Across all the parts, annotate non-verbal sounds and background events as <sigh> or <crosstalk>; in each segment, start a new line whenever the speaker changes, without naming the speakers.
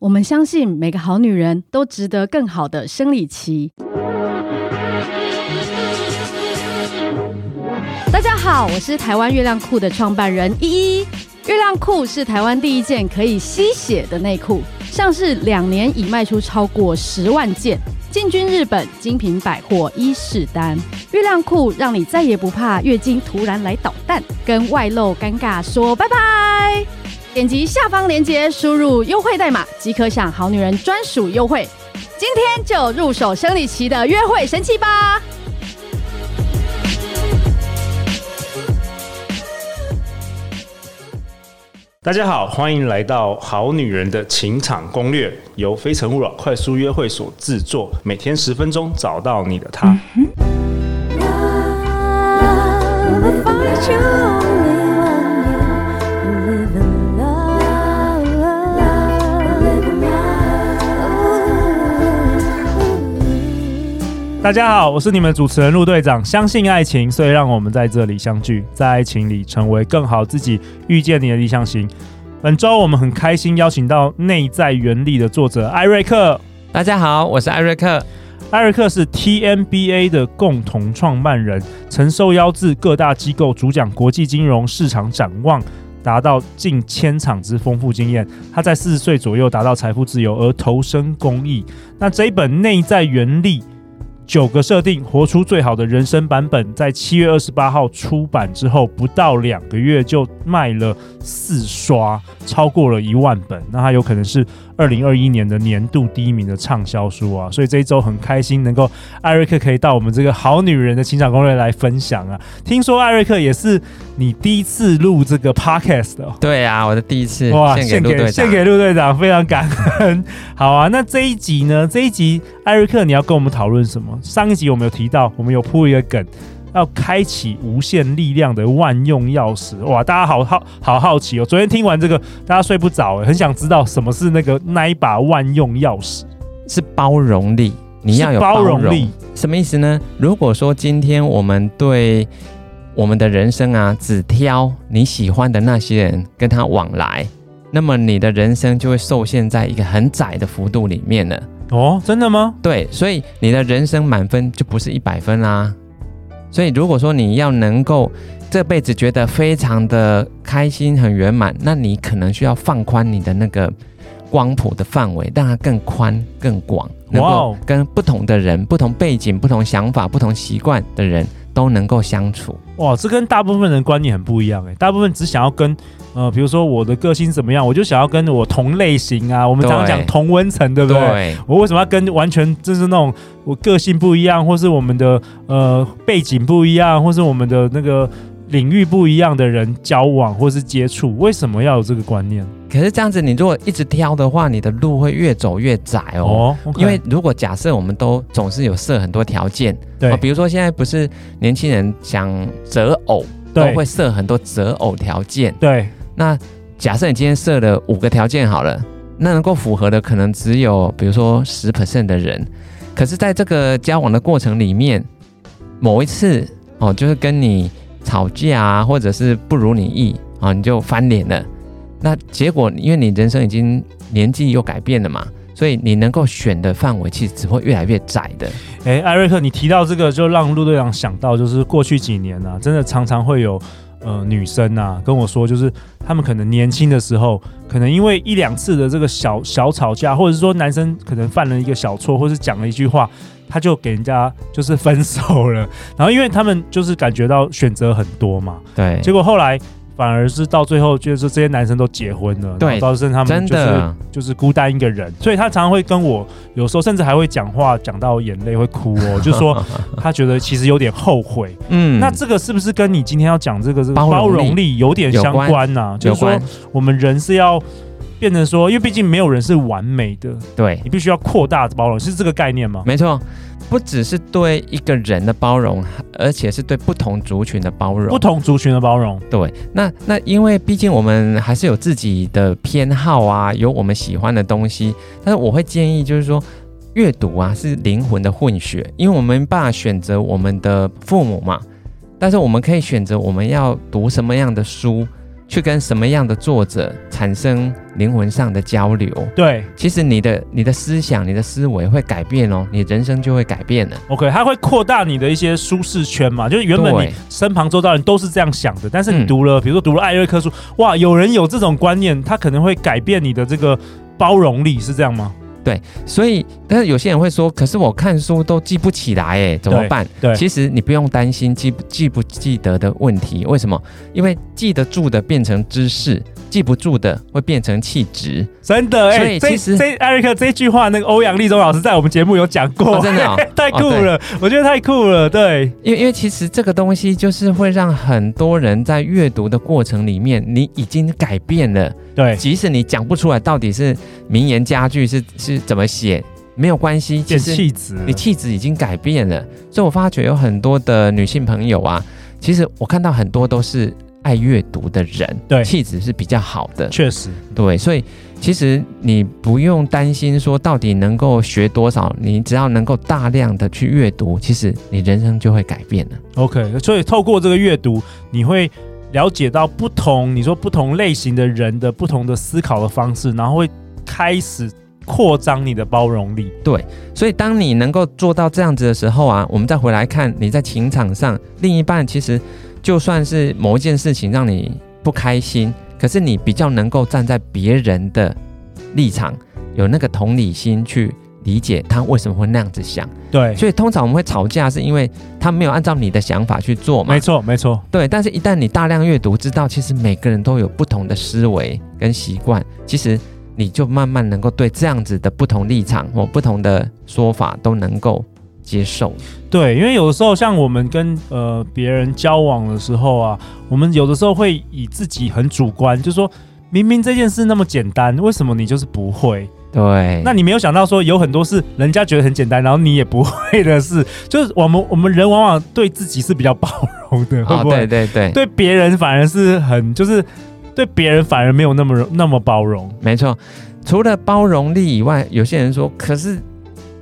我们相信每个好女人都值得更好的生理期。大家好，我是台湾月亮裤的创办人依依。月亮裤是台湾第一件可以吸血的内裤，上市两年已卖出超过十万件，进军日本精品百货伊势丹。月亮裤让你再也不怕月经突然来捣蛋，跟外露尴尬说拜拜。点击下方链接，输入优惠代码即可享好女人专属优惠。今天就入手生理期的约会神器吧！
大家好，欢迎来到《好女人的情场攻略》，由非诚勿扰快速约会所制作，每天十分钟，找到你的他。
Love will find you only one you live in love, live in love.
大家好，我是你们主持人陆队长。相信爱情，所以让我们在这里相聚，在爱情里成为更好自己，遇见你的理想型。本周我们很开心邀请到《内在原力》的作者艾瑞克。
大家好，我是艾瑞克。
艾瑞克是 TMBA 的共同创办人，曾受邀至各大机构主讲国际金融市场展望，达到近千场之丰富经验。他在四十岁左右达到财富自由，而投身公益。那这一本《内在原力》九个设定，活出最好的人生版本，在七月二十八号出版之后，不到两个月就卖了四刷，超过了一万本。那它有可能是二零二一年的年度第一名的畅销书啊，所以这一周很开心能够艾瑞克可以到我们这个好女人的情场攻略来分享啊。听说艾瑞克也是你第一次录这个 podcast 的哦、
对啊，我的第一次
哇，
献
献
给陆队
给
长
献。给陆队长，非常感恩。 <laughs> 好啊，那这一集呢？这一集艾瑞克，你要跟我们讨论什么？上一集我们有提到，我们有铺一个梗，要开启无限力量的万用钥匙。哇，大家好好好好奇哦！昨天听完这个，大家睡不着、欸，很想知道什么是那个那一把万用钥匙。
是包容力，你要有
是包
包容
容力，
什么意思呢？如果说今天我们对我们的人生啊，只挑你喜欢的那些人跟他往来，那么你的人生就会受限在一个很窄的幅度里面了。
哦，真的吗？
对，所以你的人生满分就不是一百分啦、啊所以如果说你要能够这辈子觉得非常的开心、很圆满，那你可能需要放宽你的那个光谱的范围，让它更宽、更广，能
哇
够
哦
跟不同的人、不同背景、不同想法、不同习惯的人都能够相处。
哇，这跟大部分人观念很不一样哎、大部分只想要跟呃，比如说我的个性怎么样，我就想要跟我同类型啊，我们常常讲
对
同温层，对不对？我为什么要跟完全就是那种我个性不一样，或是我们的呃背景不一样，或是我们的那个领域不一样的人交往或是接触？为什么要有这个观念？
可是这样子，你如果一直挑的话，你的路会越走越窄哦
哦，
因为如果假设我们都总是有设很多条件，
对
哦比如说现在不是年轻人想择偶，都
对
会设很多择偶条件。
对
那假设你今天设了五个条件好了，那能够符合的可能只有比如说十 percent 的人，可是在这个交往的过程里面，某一次哦，就是跟你吵架啊，或者是不如你意啊、你就翻脸了。那结果因为你人生已经年纪又改变了嘛，所以你能够选的范围其实只会越来越窄的。
哎，艾瑞克，你提到这个，就让陆队长想到，就是过去几年啊，真的常常会有呃女生啊跟我说，就是他们可能年轻的时候，可能因为一两次的这个小小吵架，或者是说男生可能犯了一个小错，或是讲了一句话，他就给人家就是分手了。然后因为他们就是感觉到选择很多嘛，
对，
结果后来反而是到最后，就是这些男生都结婚了，
对
然后导致他们
真
就是
的
就是孤单一个人，所以他常常会跟我，有时候甚至还会讲话讲到眼泪会哭
<laughs>
哦，就说他觉得其实有点后悔。
嗯
那这个是不是跟你今天要讲这个这个
包容力
包容力有点相关呐、就
有
是说
关
我们人是要变成说，因为毕竟没有人是完美的，
对
你必须要扩大包容，是这个概念吗？
没错，不只是对一个人的包容，而且是对不同族群的包容。
不同族群的包容，
对，那那因为毕竟我们还是有自己的偏好啊，有我们喜欢的东西，但是我会建议就是说。阅读啊是灵魂的混血，因为我们没办法选择我们的父母嘛，但是我们可以选择我们要读什么样的书，去跟什么样的作者产生灵魂上的交流，
对
其实你的你的思想、你的思维会改变哦，你人生就会改变了。
，OK，它会扩大你的一些舒适圈嘛，就是原本
对
你身旁周遭人都是这样想的，但是你
嗯
读了，比如说读了艾瑞克书，哇，有人有这种观念，他可能会改变你的这个包容力，是这样吗？
所以，但是有些人会说，可是我看书都记不起来，哎，怎么办？
对
其实你不用担心记不记不记得的问题，为什么？因为记得住的变成知识，记不住的会变成气质。
真的，
所
哎、
以
这
其实
这艾瑞克这句话，那个欧阳立中老师在我们节目有讲过，
哦真的哦
<laughs> 太酷了，我觉得太酷了，对，
因为因为其实这个东西就是会让很多人在阅读的过程里面，你已经改变了。
对，
即使你讲不出来到底是名言佳句是是怎么写，没有关系，其
变
实
气质，
你气质已经改变了。所以我发觉有很多的女性朋友啊，其实我看到很多都是爱阅读的人，
对
气质是比较好的，
确实，
对，所以其实你不用担心说到底能够学多少，你只要能够大量的去阅读，其实你人生就会改变了。
OK，所以透过这个阅读，你会了解到不同，你说不同类型的人的不同的思考的方式，然后会开始扩张你的包容力。
所以当你能够做到这样子的时候啊，我们再回来看你在情场上，另一半其实就算是某一件事情让你不开心，可是你比较能够站在别人的立场，有那个同理心去理解他为什么会那样子想。
对，
所以通常我们会吵架，是因为他没有按照你的想法去做嘛
没？错，没错，
对，但是一旦你大量阅读，知道其实每个人都有不同的思维跟习惯，其实你就慢慢能够对这样子的不同立场或不同的说法都能够接受。
对，因为有的时候像我们跟呃别人交往的时候啊，我们有的时候会以自己很主观，就说明明这件事那么简单，为什么你就是不会？
嗯对，
那你没有想到说有很多是人家觉得很简单，然后你也不会的事，就是我们我们人往往对自己是比较包容的，会
啊、
不会？
对对对，
对别人反而是很就是对别人反而没有那么那么包容。
没错。除了包容力以外，有些人说，可是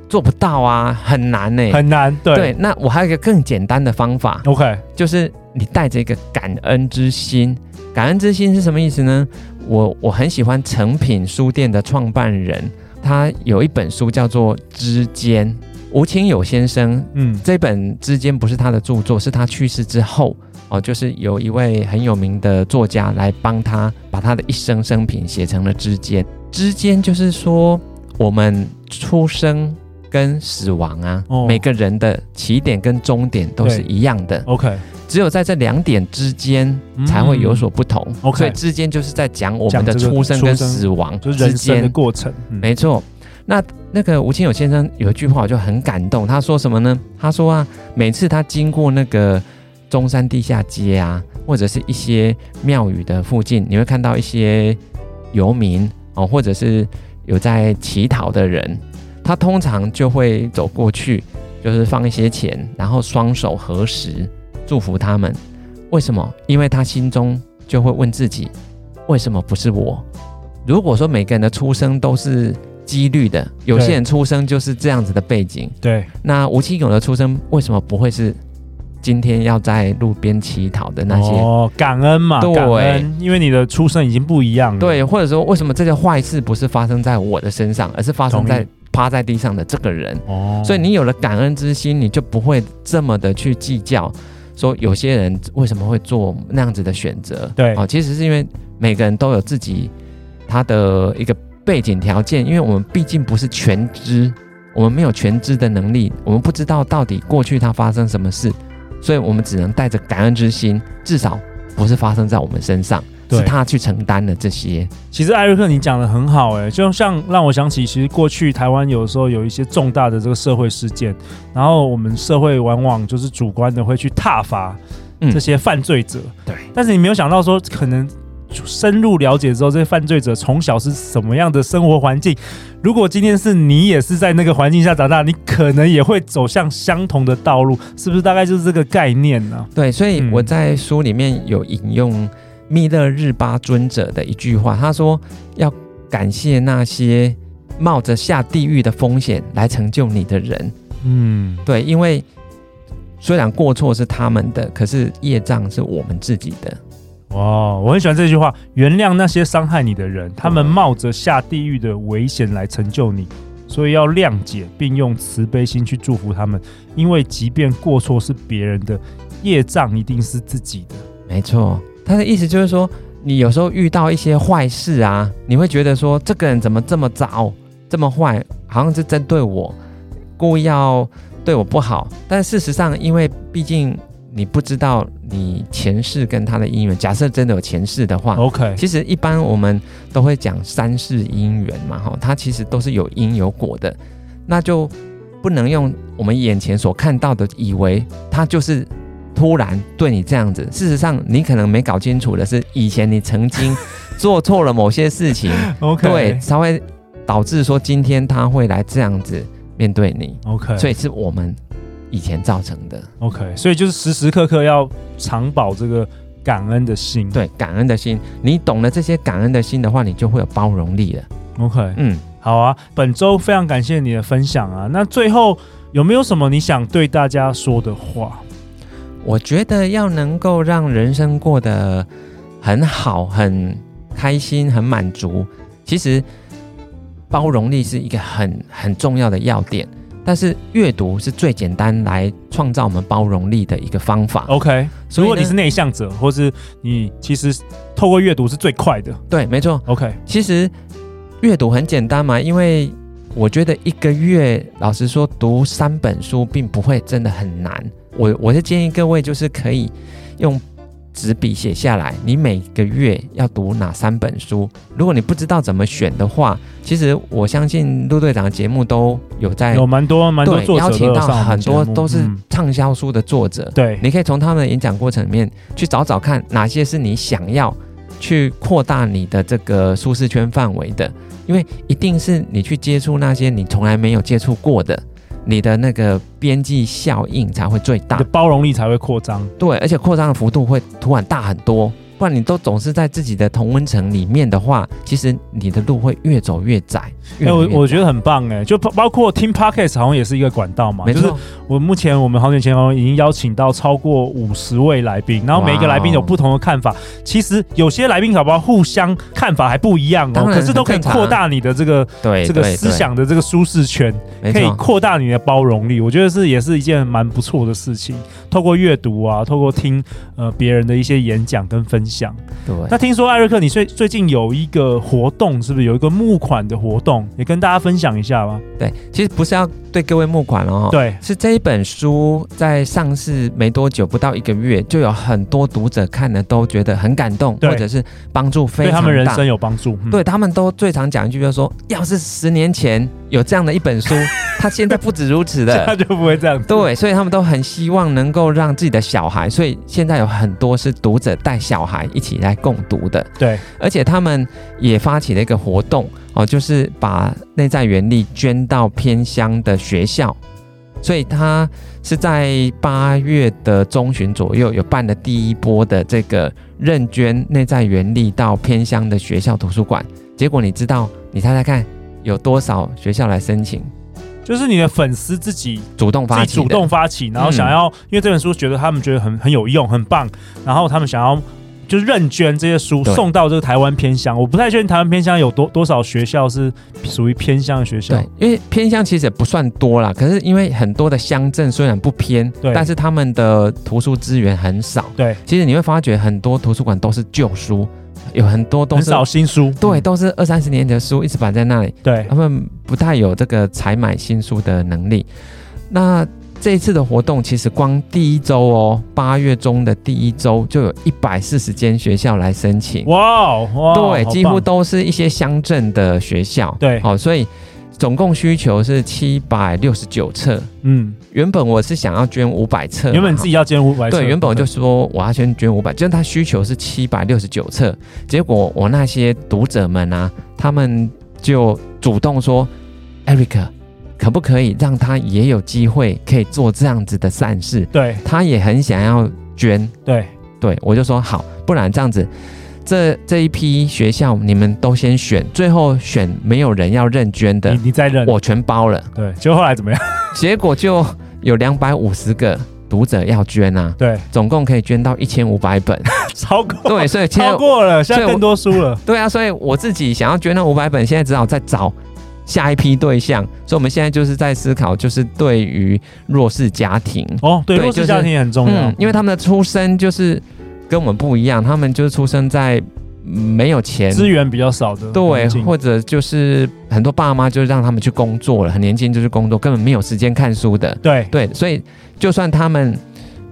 做不到啊，很难呢、
很难对
对，那我还有一个更简单的方法，
o k
就是你带着一个感恩之心。感恩之心是什么意思呢？我我很喜欢诚品书店的创办人，他有一本书叫做《之间》，吴清友先生
嗯，
这本《之间》不是他的著作，是他去世之后哦，就是有一位很有名的作家来帮他把他的一生生平写成了《之间》。之间就是说我们出生跟死亡啊，
哦
每个人的起点跟终点都是
对
一样的。
OK，
只有在这两点之间才会有所不同。
嗯 OK
所以之间就是在讲我们的
讲这个
出生跟
出生
死亡
就是
之
人生的
间，
过程。嗯
没错。那那个吴清友先生有一句话我就很感动，他说什么呢？他说啊，每次他经过那个中山地下街啊，或者是一些庙宇的附近，你会看到一些游民哦，或者是有在乞讨的人，他通常就会走过去，就是放一些钱，然后双手合十祝福他们。为什么？因为他心中就会问自己，为什么不是我？如果说每个人的出生都是几率的，有些人出生就是这样子的背景，
对
那吴奇勇的出生为什么不会是今天要在路边乞讨的那些？
哦，感恩嘛，
对
感恩，因为你的出生已经不一样了。
对，或者说为什么这些坏事不是发生在我的身上，而是发生
同
在
意
趴在地上的这个人？
哦，
所以你有了感恩之心，你就不会这么的去计较，说有些人为什么会做那样子的选择。
对
哦，其实是因为每个人都有自己他的一个背景条件，因为我们毕竟不是全知，我们没有全知的能力，我们不知道到底过去它发生什么事，所以我们只能带着感恩之心，至少不是发生在我们身上，
对
是他去承担了这些。
其实艾瑞克，你讲的很好、哎，就像让我想起，其实过去台湾有时候有一些重大的这个社会事件，然后我们社会往往就是主观的会去挞伐
嗯
这些犯罪者，
对
但是你没有想到说，可能深入了解之后，这些犯罪者从小是什么样的生活环境？如果今天是你也是在那个环境下长大，你可能也会走向相同的道路，是不是？大概就是这个概念呢、
对，所以
嗯
我在书里面有引用密勒日巴尊者的一句话，他说要感谢那些冒着下地狱的风险来成就你的人。
嗯，
对，因为虽然过错是他们的，可是业障是我们自己的。
哇，我很喜欢这句话：原谅那些伤害你的人，他们冒着下地狱的危险来成就你，所以要谅解，并用慈悲心去祝福他们，因为即便过错是别人的，业障一定是自己的。
没错，他的意思就是说，你有时候遇到一些坏事啊，你会觉得说这个人怎么这么糟，这么坏，好像是针对我，故意要对我不好。但事实上，因为毕竟你不知道你前世跟他的姻缘，假设真的有前世的话。
OK，
其实一般我们都会讲三世姻缘嘛，哈，它其实都是有因有果的，那就不能用我们眼前所看到的，以为他就是突然对你这样子。事实上，你可能没搞清楚的是，以前你曾经做错了某些事情，
OK，
<laughs> 对，才会导致说今天他会来这样子面对你，
，OK，
所以是我们以前造成的。
OK，所以就是时时刻刻要常保这个感恩的心。
对，感恩的心，你懂了这些感恩的心的话，你就会有包容力了。
，OK，
嗯。
好啊，本周非常感谢你的分享啊。那最后有没有什么你想对大家说的话？
我觉得要能够让人生过得很好、很开心、很满足，其实包容力是一个很很重要的要点。但是阅读是最简单来创造我们包容力的一个方法。
OK，
所
哦如
以呢
果你是内向者，或是你其实透过阅读是最快的。
对，没错，
OK，
其实阅读很简单嘛，因为我觉得一个月，老实说，读三本书并不会真的很难。我我是建议各位就是可以用纸笔写下来，你每个月要读哪三本书。如果你不知道怎么选的话，其实我相信陆队长的节目都有在
有蛮多蛮多
哎对
作者
邀
都
请
有
到
上我们
很多
节目
都是
嗯
畅销书的作者，
对
你可以从他们的演讲过程里面去找找看，哪些是你想要去扩大你的这个舒适圈范围的，因为一定是你去接触那些你从来没有接触过的，你的那个边际效应才会最
你
大
的。包容力才会扩张。
对，而且扩张的幅度会突然大很多，不然你都总是在自己的同温层里面的话，其实你的路会越走越窄。
哎、
越走
我
越
我觉得很棒哎、就包包括听 Podcast 好像也是一个管道嘛，
没
就是
错，
我目前我们好久前已经邀请到超过五十位来宾，然后每一个来宾有不同的看法。其实有些来宾搞不好互相看法还不一样哦，
当然
可是都可以
很正常
扩大你的这个
对
这个
对
思
对
想的这个舒适圈，
没
可以
错，
扩大你的包容力。我觉得是也是一件蛮不错的事情。透过阅读啊，透过听呃别人的一些演讲跟分享。
对。
那听说艾瑞克，你最最近有一个活动，是不是有一个募款的活动？也跟大家分享一下吗？
对，其实不是要对各位募款哦，，
对，
是这一本书在上市没多久，不到一个月，就有很多读者看了都觉得很感动，
对
或者是帮助非
对
常大。
他们人生有帮助。嗯
对他们都最常讲一句，就是说，要是十年前有这样的一本
<laughs>
书，他现在不止如此
他
的。
就不 <laughs> 会这样。
对，所以他们都很希望能够让自己的小孩，所以现在有很多是读者带小孩一起来共读的。
对，
而且他们也发起了一个活动哦，就是把内在原力捐到偏乡的学校，所以他是在八月的中旬左右有办了第一波的这个认捐内在原力到偏乡的学校图书馆。结果你知道，你猜猜看有多少学校来申请
就是你的粉丝自己
主动
自
发
己
起
主
的？
动发起，然后想
嗯
要，因为这本书觉得他们觉得很很有用，很棒，然后他们想要。就是认捐这些书
对
送到这个台湾偏乡，我不太确定台湾偏乡有多多少学校是属于偏乡的学校
对。，因为偏乡其实也不算多啦，可是因为很多的乡镇虽然不偏，
对
但是他们的图书资源很少，
对，
其实你会发觉很多图书馆都是旧书，有很多都
很
是
少新书。嗯
对，都是二三十年前的书一直摆在那里，
对
他们不太有这个采买新书的能力。那这一次的活动，其实光第一周哦，八月中的第一周就有一百四十间学校来申请，
哇哦哇哦，
对，
好
几乎
棒
都是一些乡镇的学校，
对
好、所以总共需求是七百六十九册。
嗯，
原本我是想要捐五百册嘛，
原本自己要捐五百，嗯
对，原本我就说我要先捐五百，就是他需求是七百六十九册，结果我那些读者们啊，他们就主动说，Eric，可不可以让他也有机会可以做这样子的善事？
对
他也很想要捐，
对
对我就说好，不然这样子，这这一批学校你们都先选，最后选没有人要认捐
你
的，
你再认
我全包了。
对，结果后来怎么样？
结果就有两百五十个读者要捐啊，
对，
总共可以捐到一千五百
<laughs>
本。
超过
对，所以现在
超过了，现在
所以我
更多书了。
对啊，所以我自己想要捐那五百本，现在只好再找下一批对象。所以我们现在就是在思考，就是对于弱势家庭，
哦，对，
对
弱势
就是嗯
家庭也很重要，
因为他们的出生就是跟我们不一样，他们就是出生在嗯没有钱。
资源比较少的
对
环，境，
或者就是很多爸妈就让他们去工作了，很年轻就去工作，根本没有时间看书的。
对
对，所以就算他们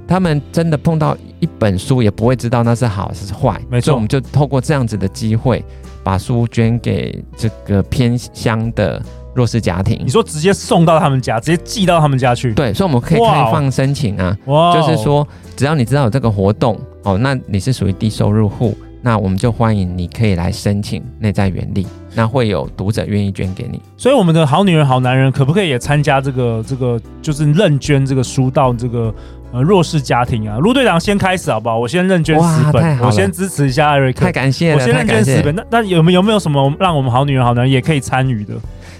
他们真的碰到一本书，也不会知道那是好是坏。
没错
所以我们就透过这样子的机会，把书捐给这个偏乡的弱势家庭
你。说直接送到他们家，直接寄到他们家去，
对，所以我们可以
哇哦
开放申请啊，
哇哦
就是说只要你知道有这个活动哦，那你是属于低收入户，那我们就欢迎你可以来申请内在原力，那会有读者愿意捐给你。
所以我们的好女人、好男人可不可以也参加这个这个，就是认捐这个书到这个呃弱势家庭啊？陆队长先开始好不好？我先认捐
哇
十
太
本，
好了
我先支持一下艾瑞克
太。感谢
我
了，
先
太
认
感
捐
谢
十
了。
本，那那有没有没有什么让我们好女人、好男人也可以参与的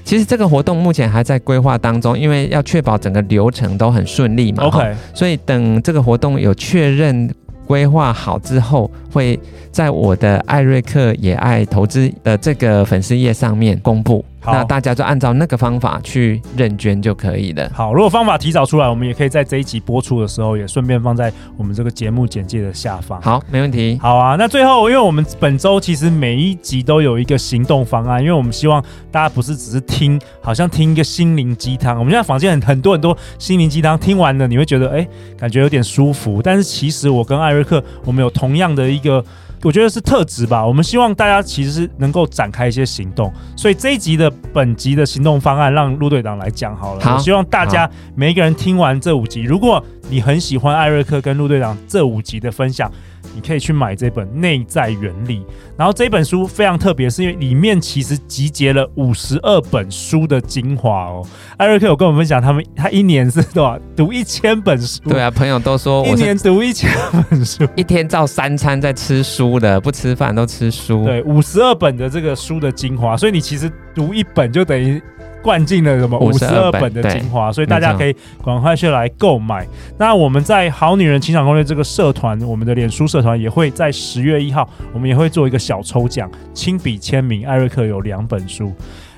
其实这个活动目前还在规划当中，因为要确保整个流程都很顺利嘛。哦
？OK，
所以等这个活动有确认规划好之后，会在我的艾瑞克也爱投资的这个粉丝页上面公布。
好
那大家就按照那个方法去认捐就可以了。
好，如果方法提早出来，我们也可以在这一集播出的时候，也顺便放在我们这个节目简介的下方。
好，没问题。
好啊，那最后，因为我们本周其实每一集都有一个行动方案，因为我们希望大家不是只是听，好像听一个心灵鸡汤。我们现在房间很很多很多心灵鸡汤，听完了你会觉得哎、感觉有点舒服。但是其实我跟艾瑞克，我们有同样的一个，我觉得是特质吧。我们希望大家其实是能够展开一些行动，所以这一集的本集的行动方案让陆队长来讲好了。
好
我希望大家每一个人听完这五集，如果你很喜欢艾瑞克跟陆队长这五集的分享。你可以去买这本《内在原理》，然后这本书非常特别，是因为里面其实集结了五十二本书的精华哦。艾瑞克有跟我们分享，他们他一年是多少读一千本书，
对啊，朋友都说
一
我是
年读一千本书，
一天照三餐在吃书的，不吃饭都吃书。
对，五十二本的这个书的精华，所以你其实读一本就等于。灌进了什么五十二
52
本的
本对
精华，所以大家
没错
可以赶快去来购买。那我们在《好女人情场攻略》这个社团，我们的脸书社团也会在十月一号，我们也会做一个小抽奖，亲笔签名，艾瑞克有两本书。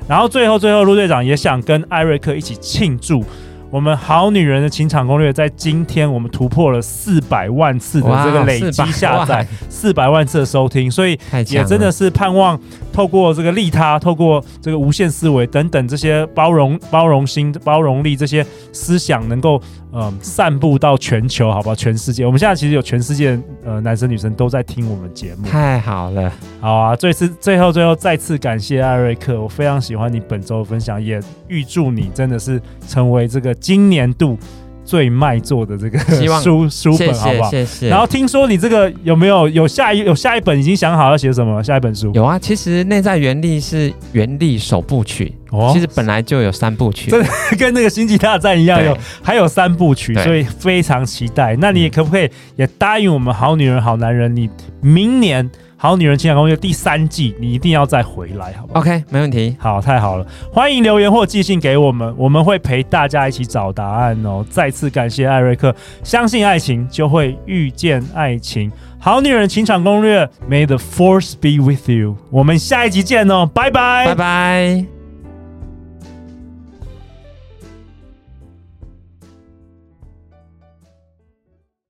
然后最后最后，陆队长也想跟艾瑞克一起庆祝。我们好女人的情场攻略在今天我们突破了四百万次的这个累积
400
下载
哇，
四百万次的收听，所以
太强
也
了，
真的是盼望透过这个利他，透过这个无限思维等等这些包容、包容心、包容力这些思想，能够嗯、呃散布到全球，好不好？全世界，我们现在其实有全世界呃男生女生都在听我们节目。
太好了。
好啊，最次最后最后再次感谢艾瑞克，我非常喜欢你本周的分享，也预祝你真的是成为这个今年度最卖座的这个
希望
书书
谢
本，好不
谢
好？
谢谢。
然后听说你这个有没有有下一有下一本已经想好要写什么了下一本书？
有啊，其实内在原力是原力首部曲，
哦
其实本来就有三部曲。
真 <laughs> 跟那个《星际大战》一样，
对
有还有三部曲，
对
所以非常期待。那你也可不可以也答应我们《好女人好男人》，你明年《好女人情感攻略》第三季，你一定要再回来，好不好？
OK，没问题。
好，太好了！欢迎留言或寄信给我们，我们会陪大家一起找答案哦。再次感谢艾瑞克，相信爱情就会遇见爱情。好女人情场攻略，May the force be with you。我们下一集见哦，拜拜，
拜拜。